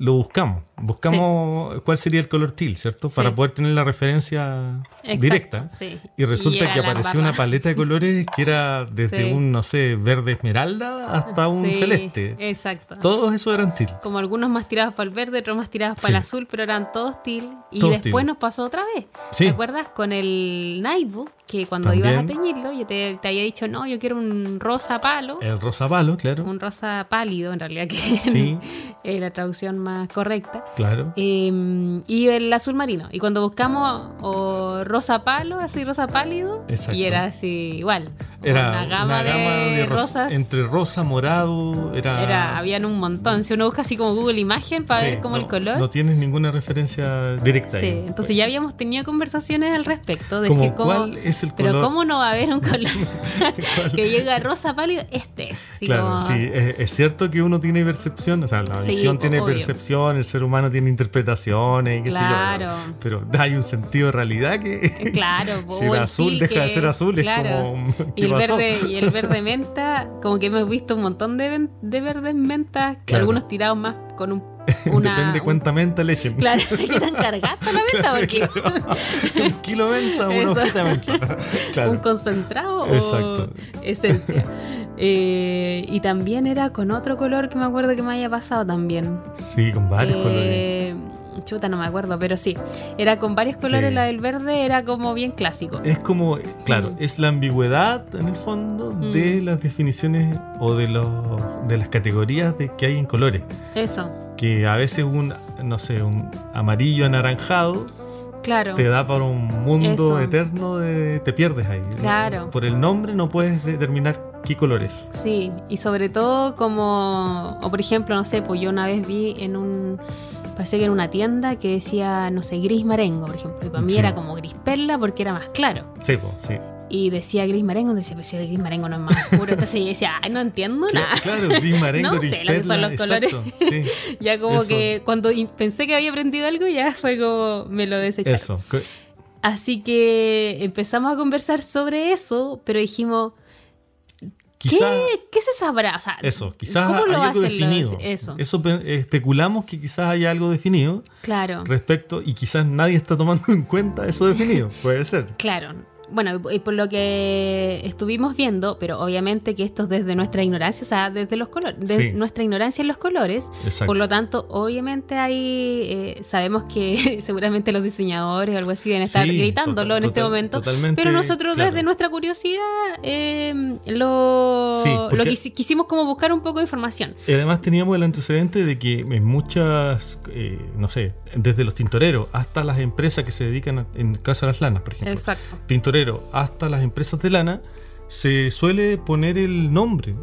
lo buscamos, buscamos cuál sería el color til, ¿cierto? Sí. Para poder tener la referencia Exacto, directa. sí. Y Y resulta era que la apareció barra. una paleta [laughs] de colores que era desde Sí. un, no sé, verde esmeralda hasta un Sí, celeste. Exacto. Todos esos eran til. como algunos más tirados para el verde, otros más tirados para Sí. el azul, pero eran todos til. Y Todos después til. nos pasó otra vez. Sí. ¿Te acuerdas? Con el Nightbook, que cuando También. ibas a teñirlo, yo te, te había dicho, no, yo quiero un rosa palo, El rosa palo, claro. un rosa pálido en realidad, que Sí. [laughs] es la traducción más correcta. Claro. Eh, y el azul marino. Y cuando buscamos o rosa palo, así rosa pálido, Exacto. y era así igual. Era una gama, de, ros- rosas. Entre rosa, morado, era. Era, habían un montón. Si uno busca así como Google Imagen para Sí, ver como no- el color. No tienes ninguna referencia directa. sí, ahí. entonces ya habíamos tenido conversaciones al respecto. de Como, Decir cómo, ¿Cuál es el pero color? ¿cómo no va a haber un [laughs] color que llega rosa pálido? Este es. así Claro, como- sí, es, es cierto que uno tiene percepción, o sea, la Sí, visión tiene obvio. percepción, el ser humano tiene interpretaciones, qué sé yo. Claro. ¿no? Pero hay un sentido de realidad que [laughs] Claro, si o el el teal azul deja de que- ser azul es claro. como ¿qué Y el, pasó? [laughs] verde, y el verde menta, como que hemos visto un montón de, ven- de verdes mentas, que Claro. algunos tirados más con un, una... [laughs] Depende un- cuánta menta le echen. [laughs] Claro, que tan cargada la menta, porque [laughs] un kilo de menta, una Eso. hojita de menta. [laughs] Claro. [laughs] un concentrado Exacto. o esencia. Eh, y también era con otro color que me acuerdo que me había pasado también. Sí, con varios colores. Eh, Chuta, no me acuerdo, pero sí. Era con varios colores, Sí. la del verde era como bien clásico. Es como, claro, Mm. es la ambigüedad en el fondo de las definiciones o de, los, de las categorías de, que hay en colores. Eso, que a veces un, no sé, un amarillo anaranjado claro. te da para un mundo Eso. eterno de... Te pierdes ahí. Claro. Por el nombre no puedes determinar qué color es. Sí, y sobre todo como, o por ejemplo, no sé, pues yo una vez vi en un, parece que en una tienda que decía, no sé, gris marengo, por ejemplo, y para mí Sí. era como gris perla porque era más claro. Sí, po, sí. Y decía gris marengo, y decía, pues si el gris marengo no es más oscuro, entonces yo decía, ay, no entiendo nada. [laughs] [laughs] Cla- Claro, gris marengo, No gris sé lo que son perla, los colores. [laughs] exacto, sí, Ya como Eso. que cuando in- pensé que había aprendido algo, ya fue como me lo desecharon. eso. Co- Así que empezamos a conversar sobre eso, pero dijimos, Quizá... ¿qué, qué se sabrá? O sea, Eso, quizás ¿cómo hay lo algo hacen los- definido. Eso, pe- especulamos que quizás haya algo definido claro. respecto y quizás nadie está tomando en cuenta [laughs] eso definido. Puede ser. Claro. Bueno, y por lo que estuvimos viendo, pero obviamente que esto es desde nuestra ignorancia, o sea, desde los colores, desde Sí. nuestra ignorancia en los colores. Exacto. Por lo tanto, obviamente ahí eh, sabemos que [laughs] seguramente los diseñadores o algo así deben estar Sí, gritándolo total- en este total- momento. totalmente, Pero nosotros claro. desde nuestra curiosidad eh, lo, Sí, porque- lo quisi- quisimos como buscar un poco de información. Y además teníamos el antecedente de que en muchas, eh, no sé, desde los tintoreros hasta las empresas que se dedican a- en casa a las lanas, por ejemplo. Exacto. Tintorero hasta las empresas de lana, se suele poner el nombre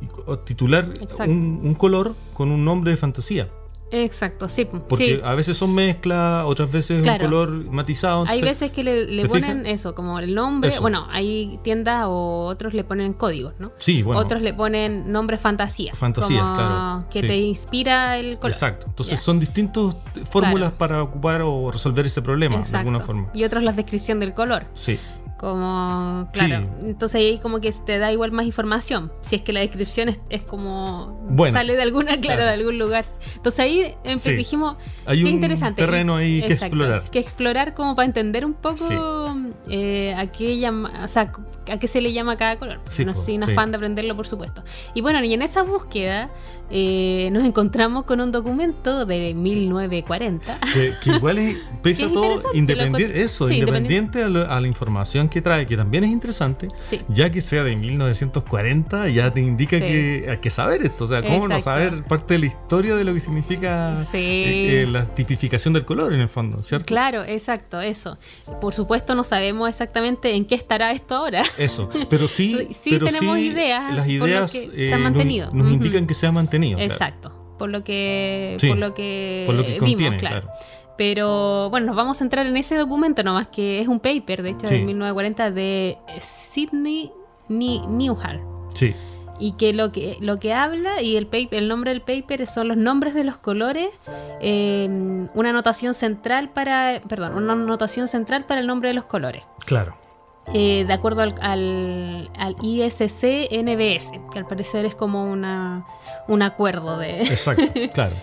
y co- o titular Exacto. un, un color con un nombre de fantasía. Exacto, sí. po. Porque sí. a veces son mezclas, otras veces Claro. un color matizado. Hay entonces- veces que le, le ¿te ponen fijas? eso, como el nombre. Eso. Bueno, hay tiendas o otros le ponen códigos, ¿no? sí, bueno, Otros le ponen nombres fantasía. Fantasía, como claro, Que sí. te inspira el color. Exacto. Entonces Ya. son distintas fórmulas para ocupar o resolver ese problema de Exacto. alguna forma. Y otros la descripción del color. Sí. Como, Sí. claro. Entonces ahí como que te da igual más información. Si es que la descripción es, es como. Bueno. Sale de alguna, claro, Claro. de algún lugar. Entonces ahí empe- Sí. dijimos. Hay qué un interesante. terreno ahí que Exacto. explorar. Que explorar como para entender un poco Sí. eh, a, qué llama, o sea, a qué se le llama cada color. Sí, no po, sin sí. afán de aprenderlo, por supuesto. Y bueno, y en esa búsqueda eh, nos encontramos con un documento de 1940. Que, que [laughs] igual es, pese Que a es todo, interesante, lo independiente, encuentro- eso, sí, independiente a, lo- a la información que trae, que también es interesante, Sí. ya que sea de 1940, ya te indica Sí. que hay que saber esto. O sea, ¿cómo no Exacto. saber parte de la historia de lo que significa Sí. eh, eh, la tipificación del color en el fondo, ¿cierto? Claro, exacto, eso. Por supuesto no sabemos exactamente en qué estará esto ahora. Eso, pero sí, [laughs] Sí, sí pero tenemos ideas Las por lo ideas que se eh, han nos- mantenido. nos, Ujú. indican que se ha mantenido. claro, Exacto. Por lo que, Sí, por lo que, por lo que vimos, contiene, claro. claro. Pero bueno, nos vamos a entrar en ese documento nomás, que es un paper, de hecho, Sí. de 1940 de Sidney Ni- Newhall. Sí, Y que lo que, lo que habla y el, paper, el nombre del paper son los nombres de los colores, eh, una anotación central para, perdón, una anotación central para el nombre de los colores. claro. eh, de acuerdo al, al, al ISC NBS, que al parecer es como una, un acuerdo de... [laughs] Exacto, claro.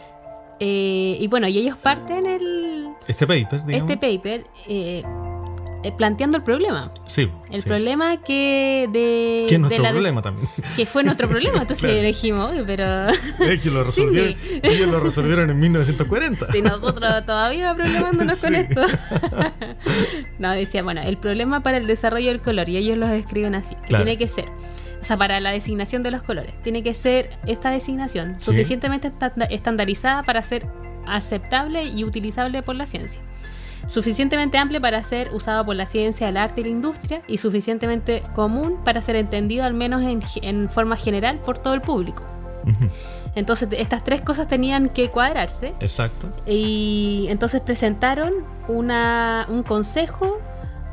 Eh, y bueno, y ellos parten el, Este paper, digamos. este paper eh, eh, planteando el problema. Sí. El sí. problema que de, Que es de nuestro la de- problema también. [laughs] que fue nuestro problema, entonces Claro. elegimos, "Oye, pero Es que [laughs] lo resolvieron, Sidney. ellos lo resolvieron en 1940. si nosotros todavía problemándonos con Sí. esto. [laughs] no, decía, bueno, el problema para el desarrollo del color, y ellos los escriben así, que Claro. tiene que ser, o sea, para la designación de los colores, tiene que ser esta designación Sí. suficientemente estanda- estandarizada para ser aceptable y utilizable por la ciencia. Suficientemente amplia para ser usado por la ciencia, el arte y la industria, y suficientemente común para ser entendido al menos en, ge- en forma general por todo el público. Ujú, Entonces, estas tres cosas tenían que cuadrarse Exacto. y entonces presentaron una, un consejo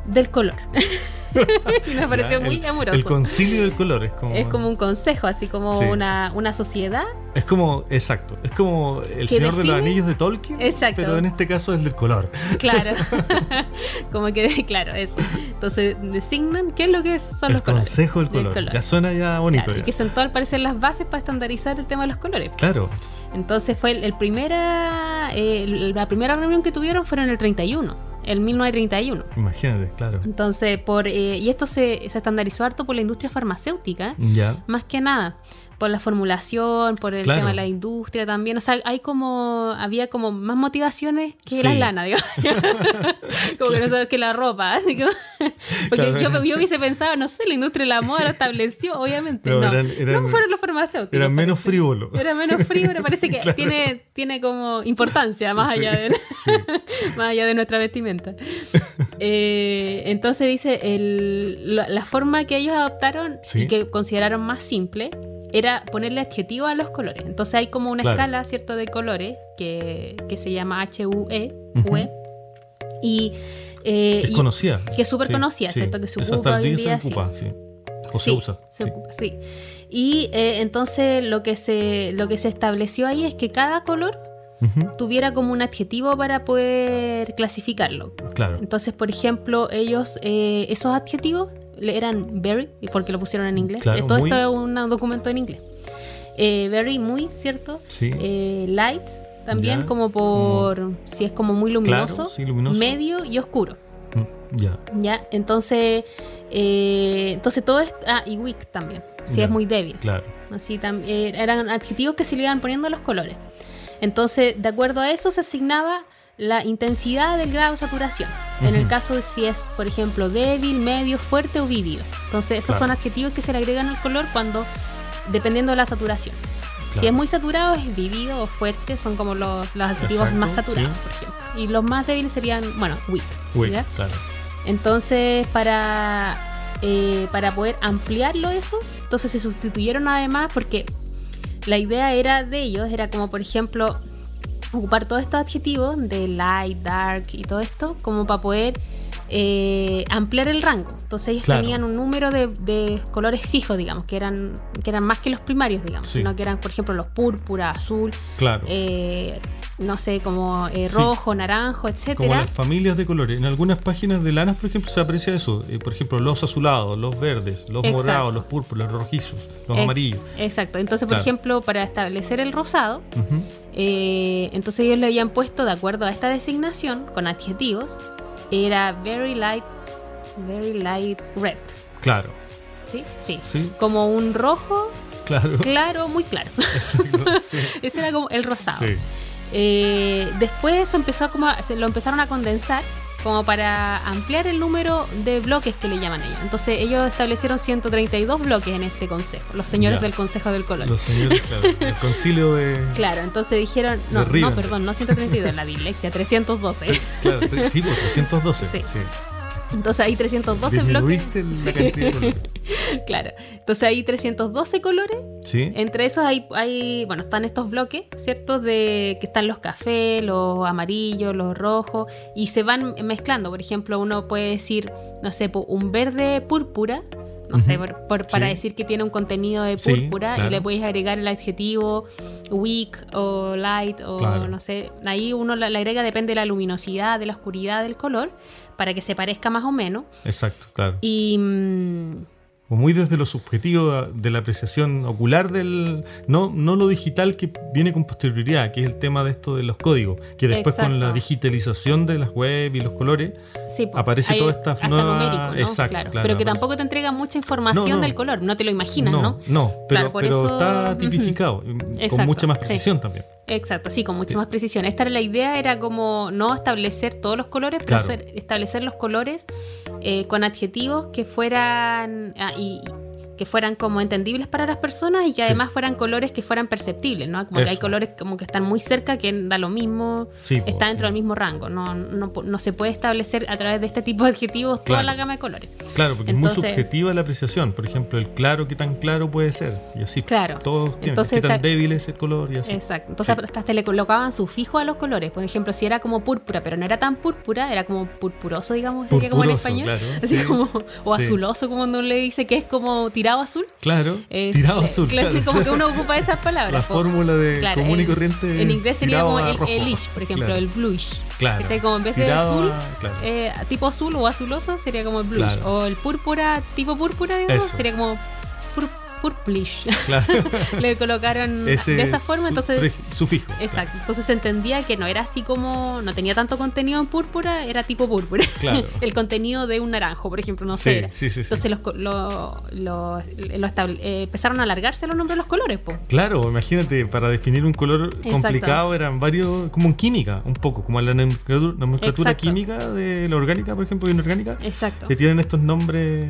del color. [laughs] y me pareció Ya, muy el- amoroso. El concilio del color es como. es como un consejo, así como Sí. una, una [laughs] sociedad. Es como, exacto. Es como el Que Señor de los define- Anillos de Tolkien. Exacto. Pero en este caso es del color. Claro. [laughs] como que, claro, eso. Entonces designan qué es lo que son el los colores. consejo del Del color. color. Ya suena ya bonito. Claro, y ya. que sentó al parecer las bases para estandarizar el tema de los colores. Claro. Entonces fue el, el primera, eh, la primera reunión que tuvieron fueron el 31, el 1931. imagínate, claro. Entonces, por, eh, y esto se, se estandarizó harto por la industria farmacéutica, Ya. más que nada, por la formulación, por el Claro. tema de la industria también. O sea, hay como, había como más motivaciones que Sí. la lana, [laughs] digo. como que no sabes que la ropa. así como- Porque Claro. yo, yo hubiese pensado, no sé, la industria de la moda lo estableció, obviamente. No, No, eran- eran- no fueron los farmacéuticos. Era menos parece. Eh, frívolo. Era menos frío, pero parece que [laughs] Claro. tiene, tiene como importancia más Sí, allá de sí. [laughs] más allá de nuestra vestimenta. Eh, entonces dice, el- la, la forma que ellos adoptaron Sí. y que consideraron más simple era ponerle adjetivos a los colores. Entonces hay como una Claro. escala, ¿cierto?, de colores que, que se llama H-U-E, Ujú. UE, E. y, eh, Es y- conocida. que es súper Sí, conocida, sí. ¿cierto? Que se Eso ocupa hasta el hoy en día día, se sí. ocupa, sí. O se Sí, usa. se sí. ocupa, sí. Y eh, entonces lo que, se, lo que se estableció ahí es que cada color Ujú, tuviera como un adjetivo para poder clasificarlo. Claro. Entonces, por ejemplo, ellos, eh, esos adjetivos le- eran very, porque lo pusieron en inglés. Claro, Todo muy. esto es un documento en inglés. Eh, very, muy, ¿cierto? Sí. Eh, light, también Ya, como por, si es como muy luminoso, Claro, sí, luminoso. medio y oscuro. Mm, Ya. ¿Ya? Entonces, eh, entonces todo es, ah, y weak también, si Ya, es muy débil. Claro. Así tam- eh, eran adjetivos que se le iban poniendo a los colores. Entonces, de acuerdo a eso, se asignaba la intensidad del grado de saturación. En el Ujú. caso de si es, por ejemplo, débil, medio, fuerte o vívido. Entonces, esos Claro. son adjetivos que se le agregan al color cuando, dependiendo de la saturación. Si Claro. es muy saturado, es vivido o fuerte, son como los, los adjetivos Exacto, más saturados, sí. por ejemplo. Y los más débiles serían, bueno, weak. Uy, ¿ya? claro. Entonces, para, eh, para poder ampliarlo eso, entonces se sustituyeron además porque la idea era de ellos, era como por ejemplo ocupar todos estos adjetivos de light, dark y todo esto, como para poder eh, ampliar el rango. Entonces ellos Claro. tenían un número de, de colores fijos, digamos, que eran, que eran más que los primarios, digamos, Sí. sino que eran, por ejemplo, los púrpura, azul, Claro. eh, no sé, como eh, Sí. rojo, naranjo, etcétera. Como las familias de colores. En algunas páginas de lanas, por ejemplo, se aprecia eso. Eh, por ejemplo, los azulados, los verdes, los Exacto. morados, los púrpuros, los rojizos, los Ex- amarillos. Exacto. Entonces, por Claro. ejemplo, para establecer el rosado, Ujú. eh, entonces ellos le habían puesto, de acuerdo a esta designación, con adjetivos, era very light, very light red. Claro. ¿Sí? Sí. Sí, Como un rojo claro. claro, muy claro. [laughs] Exacto. [laughs] Sí. Ese era como el rosado. Sí. Eh, después eso empezó como a- se lo empezaron a condensar como para ampliar el número de bloques que le llaman ellos. Entonces ellos establecieron 132 bloques en este consejo, los señores Ya. del Consejo del Color. Los señores, claro. El concilio de. Claro, entonces dijeron, no, no, Derríbanse. perdón, no 132, la dislexia, [laughs] 312. Claro, tre- sí, pues, 312. Sí. Sí. Entonces hay 312 bloques. Disminuiste la cantidad de [laughs] colores. Claro, entonces hay 312 colores. Sí. Entre esos hay, hay bueno, están estos bloques, ¿cierto? De que están los cafés, los amarillos, los rojos, y se van mezclando. Por ejemplo, uno puede decir, no sé, po- un verde púrpura. No sé, Ujú. por- por- para Sí. decir que tiene un contenido de Sí, púrpura claro. y le puedes agregar el adjetivo weak o light o Claro. no sé. Ahí uno la, la agrega, depende de la luminosidad, de la oscuridad del color, para que se parezca más o menos. Exacto, claro. Y, mm, o muy desde lo subjetivo de la apreciación ocular del no no lo digital que viene con posterioridad que es el tema de esto de los códigos que después Exacto. con la digitalización de las web y los colores Sí, po. aparece Hay toda esta hasta nueva- numérico, ¿no? Exacto, Claro. claro, Pero que aparece. tampoco te entrega mucha información No, no. del color, no te lo imaginas, ¿no? no pero, Claro, por pero eso- está Ujú. tipificado con Exacto, mucha más sí. precisión también Exacto, sí, con mucha más precisión. Esta era la idea, era como no establecer todos los colores, pero Claro. hacer- establecer los colores eh, con adjetivos que fueran ah, y y que fueran como entendibles para las personas y que Sí. además fueran colores que fueran perceptibles, ¿no? Como que hay Eso. colores como que están muy cerca, que da lo mismo, sí, pues, está dentro del sí. mismo rango, no, no, no se puede establecer a través de este tipo de adjetivos toda Claro. la gama de colores. Claro, porque es Entonces- muy subjetiva la apreciación. Por ejemplo, el claro, qué tan claro puede ser. Y así Claro. todos tienen. Entonces qué tan está- débil es el color y así. Exacto. Entonces Sí. hasta se le colocaban sufijos a los colores. Por ejemplo, si era como púrpura, pero no era tan púrpura, era como purpuroso, digamos, sería como en Purpuroso, español. claro, [laughs] Así sí. como, o Sí. azuloso, como uno le dice que es como tirado azul. Claro. Es- tirado eh, azul. claro, [laughs] claro. Como que uno ocupa esas la palabras. po. fórmula de Claro, común y el- corriente. En inglés sería tirado como a el, rojo. el ish, por ejemplo, Claro. el bluish. Claro. ¿Cachai? Este, Como en vez de Tirado azul, a- claro. eh, tipo azul o azuloso sería como el bluish. Claro. O el púrpura, tipo púrpura, digamos, Eso. sería como pur- purplish. [laughs] Claro. [laughs] le colocaron Ese de esa forma, entonces sufi- Sufijo. claro. Exacto, entonces se entendía que no era así como, no tenía tanto contenido en púrpura, era tipo púrpura. Claro. [laughs] el contenido de un naranjo, por ejemplo, no Sí, sé. era. sí, sí, sí. Entonces los, co- lo- lo- lo establ- eh, empezaron a alargarse los nombres de los colores, po. Claro, imagínate, para definir un color Exacto. complicado eran varios, como en química, un poco, como en la nomenclatura, nomenclatura Exacto. química de la orgánica, por ejemplo, y inorgánica, Exacto. que tienen estos nombres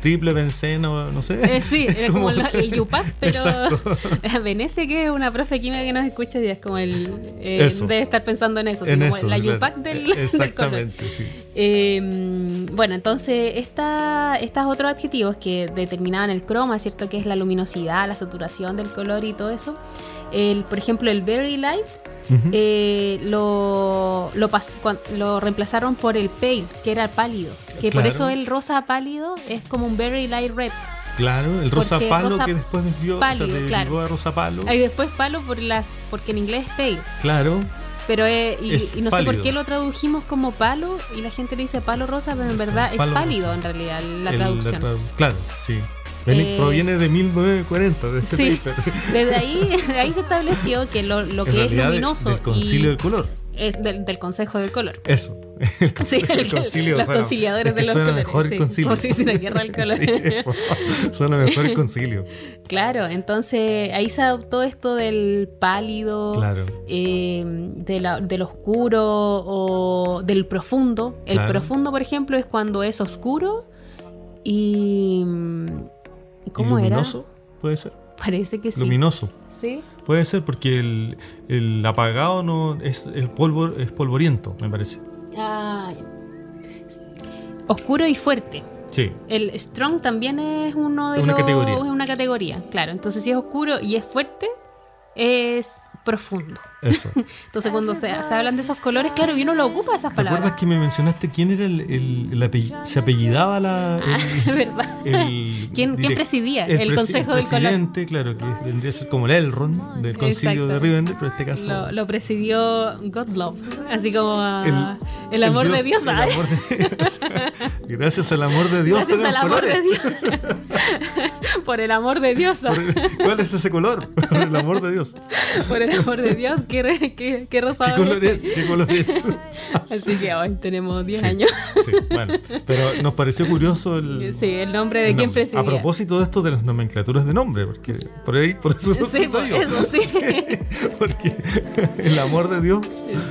triple, benceno, no sé. Eh, [laughs] sí, era como ¿Cómo lo- se- el Yupat, pero [laughs] [laughs] Exacto. Venecia, que es una profe química que nos escucha y es como el... eh, Eso. debe estar pensando en eso, así En como eso, la claro. Yupac [laughs] del, Eh, del color. Exactamente, sí. Eh, bueno, entonces esta, estos otros adjetivos que determinaban el croma, ¿cierto? Que es la luminosidad, la saturación del color y todo eso. El, por ejemplo, el very light Ujú. eh, lo, lo, pas- cuan- lo reemplazaron por el pale, que era pálido. Que por Claro. eso el rosa pálido es como un very light red. claro, el rosa porque palo rosa que después desvió, pálido, o sea, derivó claro. a rosa palo. Y después palo por las, porque en inglés es pale. Claro, Pero eh, y, Es y no sé pálido. por qué lo tradujimos como palo y la gente le dice palo rosa, pero en Sí, verdad es palo pálido rosa. en realidad la el- traducción. tradu- claro, sí. Viene- Eh, proviene de 1940, de este [laughs] Sí. paper. Desde ahí, de ahí se estableció que lo, [laughs] lo En que es realidad, de- luminoso del concilio y del color. es del, del Consejo del Color. Eso. [laughs] Sí, el- [laughs] El concilio los suena- conciliadores [laughs] es de que los suena colores. mejor el sí. concilio. Como si hubiese una guerra del color. [laughs] Sí, eso. Suena mejor [laughs] el concilio. Claro, entonces ahí se adoptó esto del pálido, Claro. eh, de la- del oscuro o del profundo. El Claro. profundo, por ejemplo, es cuando es oscuro y... mm, ¿Cómo ¿Y era? luminoso? ¿Puede ser? [laughs] Parece que sí. Luminoso. ¿Sí? Puede ser porque el, el apagado no es el polvo es polvoriento, me parece. Ah, ya. oscuro y fuerte. Sí. El strong también es uno de Una los- categoría. es una categoría, claro. Entonces si es oscuro y es fuerte, es profundo. [laughs] Eso. Entonces cuando se, se hablan de esos colores, claro, y uno lo ocupa esas ¿Recuerdas palabras. que me mencionaste quién era el, el- el apell- se apellidaba la el, Ah, [laughs] ¿Verdad? el ¿Quién- quién direct- presidía el presi- Consejo del Color? presidente, claro, que vendría a ser como el Elrond del Concilio Exacto. de Rivendell, pero en este caso Lo, lo presidió God Love, así como ah, el, el amor de Dios. el ah, amor de [laughs] Dios. Gracias al amor de Dios. Gracias al tenemos amor de colores. Dios. [laughs] Por el amor de Dios. ah, [laughs] ¿Cuál es ese color? Por el amor de Dios. [laughs] Por el amor de Dios. Qué, re- qué, qué ¿Qué rosado. color es? ¿Qué color es? [laughs] Así que hoy tenemos 10 Sí, años. sí, bueno, pero nos pareció curioso el. Eh, Sí, el nombre de quién no, presidía. A propósito de esto de las nomenclaturas de nombre, porque por ahí, por eso [laughs] lo Sí, cito pues, yo. eso [laughs] sí. Porque [laughs] el amor de Dios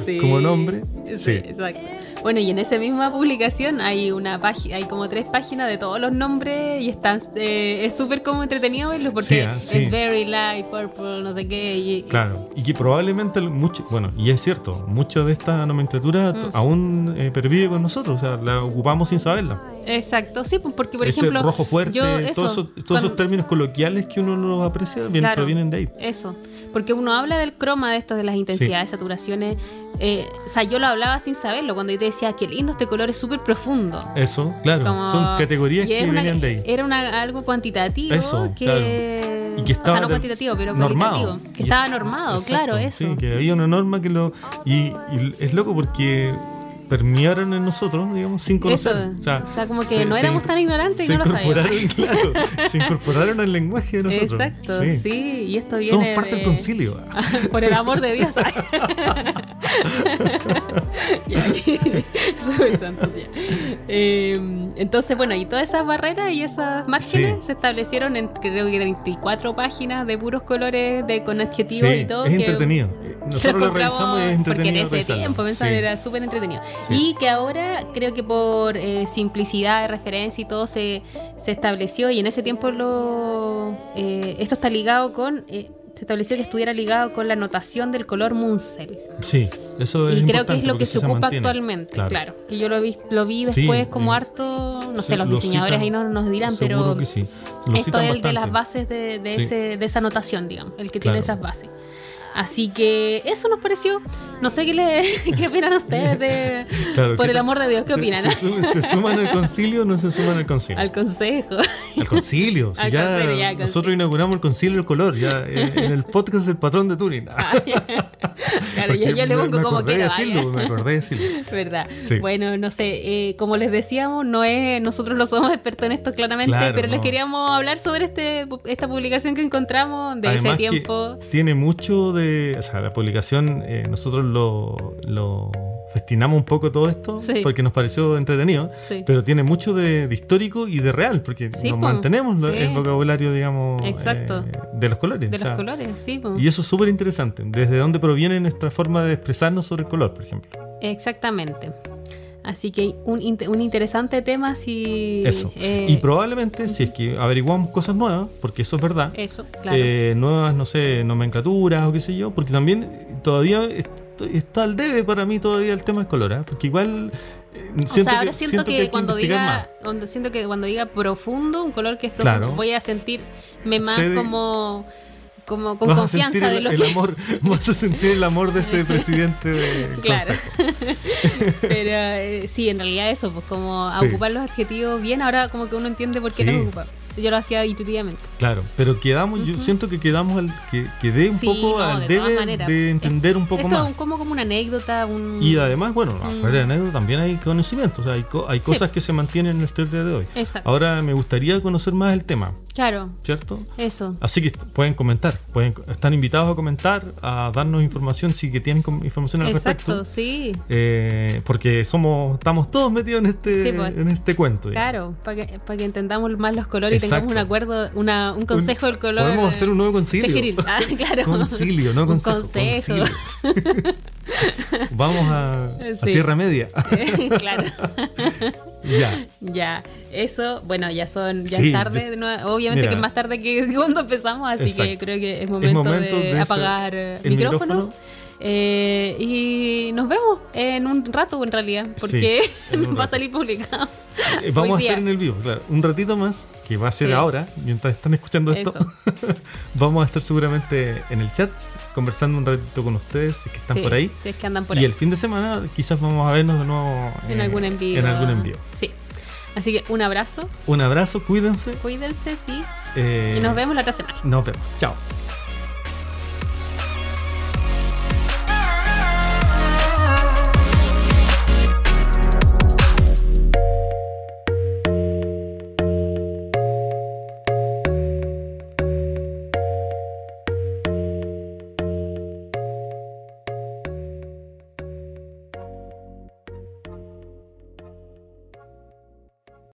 Sí. como nombre. Sí, Sí. exacto. Bueno, y en esa misma publicación hay una página, hay como tres páginas de todos los nombres y están, eh, es súper como entretenido verlos porque Sí, ah, sí. es very light, purple, no sé qué. Y, Claro, y que probablemente el- mucho, bueno, y es cierto, mucha de esta nomenclatura Mm. t- aún eh, pervive con nosotros, o sea, la ocupamos sin saberla. Exacto, sí, pues, porque por Ese ejemplo. rojo fuerte, yo todos eso, esos- todos cuando- esos términos coloquiales que uno los aprecia vienen, Claro. provienen de ahí. Eso, porque uno habla del croma de estos, de las intensidades, saturaciones. eh, o sea, yo lo hablaba sin saberlo cuando yo te decía, qué lindo este color, es súper profundo. Eso, claro, Como- son categorías y es que una- vienen de ahí. Era una, algo cuantitativo Eso, que, claro. Y que o sea, estaba no de- cuantitativo, pero normado. cualitativo. Que Y estaba es- normado, Exacto, claro, eso. Sí, que había una norma que lo. Y, y es loco porque permearon en nosotros, digamos, sin conocer. Eso. O sea, como que no éramos tan ignorantes y se no lo incorporaron, [laughs] sabíamos. claro, se incorporaron al lenguaje de nosotros. Exacto, sí. Sí. Y esto viene Somos parte del de- concilio. [laughs] Por el amor de [laughs] Dios. [laughs] Ya, [laughs] súper tontos, ya. Eh, entonces, bueno, y todas esas barreras y esas márgenes Sí. se establecieron en creo que 34 páginas de puros colores, de con Sí, adjetivos y es todo. que- entretenido. Eh, Nosotros los lo revisamos y es compramos Porque en entretenido. ese revisarlo. tiempo pensaban Sí. era súper entretenido. Sí. Y que ahora creo que por eh, simplicidad de referencia y todo se, se estableció. Y en ese tiempo lo eh, esto está ligado con. eh, se estableció que estuviera ligado con la notación del color Munsell. Sí, eso es y creo que es importante lo porque que así se ocupa mantiene. actualmente, claro. Claro. Que yo lo vi, lo vi Sí, después como es- harto, no Sí, sé, los lo diseñadores citan, ahí no nos dirán, Seguro pero que sí. Lo esto citan es el de bastante. las bases de, de Sí. ese- de esa anotación, digamos, el que tiene Claro. esas bases. Así que eso nos pareció. No sé qué, le, [laughs] qué opinan ustedes, de- [laughs] Claro, por ¿qué el tal? amor de Dios, qué Se- opinan Se, suman- se suman al concilio o no se suman al [laughs] concilio? al [laughs] consejo. Al concilio. si Al ya concilio, ya, nosotros concilio. inauguramos el concilio del color, ya eh, en el podcast del patrón de Turing. Ah, claro, yo, yo le me- pongo me como acordé que de decirlo, me acordé de [laughs] decirlo. ¿Verdad? Sí. Bueno, no sé, eh, como les decíamos, no es, nosotros no somos expertos en esto claramente, Claro, pero les no. queríamos hablar sobre este, esta publicación que encontramos de Además ese que [laughs] tiempo. tiene mucho de. O sea, la publicación, eh, nosotros lo, lo festinamos un poco todo esto Sí. porque nos pareció entretenido. Sí. Pero tiene mucho de, de histórico y de real, porque Sí, nos po. mantenemos lo- Sí. el vocabulario, digamos, Exacto. eh, de los colores. De o los sea, colores, sí. po. Y eso es súper interesante, desde dónde proviene nuestra forma de expresarnos sobre el color, por ejemplo. Exactamente. Así que un, inte- un interesante tema si... Eso. eh, y probablemente, si es que averiguamos cosas nuevas, porque eso es verdad, eso, claro. eh, nuevas, no sé, nomenclaturas o qué sé yo, porque también todavía est- está al debe para mí todavía el tema del color, ¿ah? porque igual... eh, o sea, ahora siento, que, hay cuando investigar diga cuando siento que cuando diga profundo, un color que es profundo, Claro. voy a sentirme más Sé de- como como con [laughs] Vas a sentir confianza el, de lo el que amor, [laughs] vas a sentir el amor de ese presidente de [laughs] Claro. [laughs] Pero eh, sí, en realidad eso, pues como a Sí. ocupar los adjetivos bien, ahora como que uno entiende por qué Sí. los ocupa. Yo lo hacía intuitivamente. Claro, pero quedamos, yo siento que quedamos al, que quedé un Sí, poco no, al de todas debe maneras. de entender un Es poco como, más. como, como una anécdota, un... Mm. Y además, bueno, afuera de negro también hay conocimiento, o sea, hay, co- hay cosas que se mantienen en el día de hoy. Exacto. Ahora me gustaría conocer más el tema, Claro, ¿cierto? eso. Así que pueden comentar, pueden, están invitados a comentar, a darnos información si que tienen com- información al Exacto, respecto. sí. Eh, porque somos, estamos todos metidos en este, Sí, pues. en este cuento. digamos. Claro, para que, para que entendamos más los colores y tengamos Exacto. un acuerdo, una, un consejo del color. Podemos eh, hacer un nuevo concilio. tejeril. Ah, claro. [laughs] Concilio, no Un consejo. consejo. [laughs] concilio. Vamos a, a Sí. Tierra Media. [laughs] [laughs] claro. ya. Ya, eso, bueno, ya son, ya Sí, es tarde, yo- de nuevo, obviamente mira. que es más tarde que [laughs] cuando empezamos, así que Exacto. creo que es Es momento, momento de, de esa- apagar eh, el micrófonos. micrófono. eh, y nos vemos en un rato en realidad, porque [laughs] en un va a rato. salir publicado. Eh, Vamos Hoy a estar día. en el vivo, claro. Un ratito más, que va a ser Sí. ahora, mientras están escuchando esto. [laughs] Vamos a estar seguramente en el chat, conversando un ratito con ustedes, si es que están Sí, por ahí. Si es que andan por y ahí. el fin de semana quizás vamos a vernos de nuevo en eh, algún envío. en algún envío. Sí. Así que un abrazo, Un abrazo, cuídense. cuídense, sí. eh, Y nos vemos la otra semana. Nos vemos. Chao.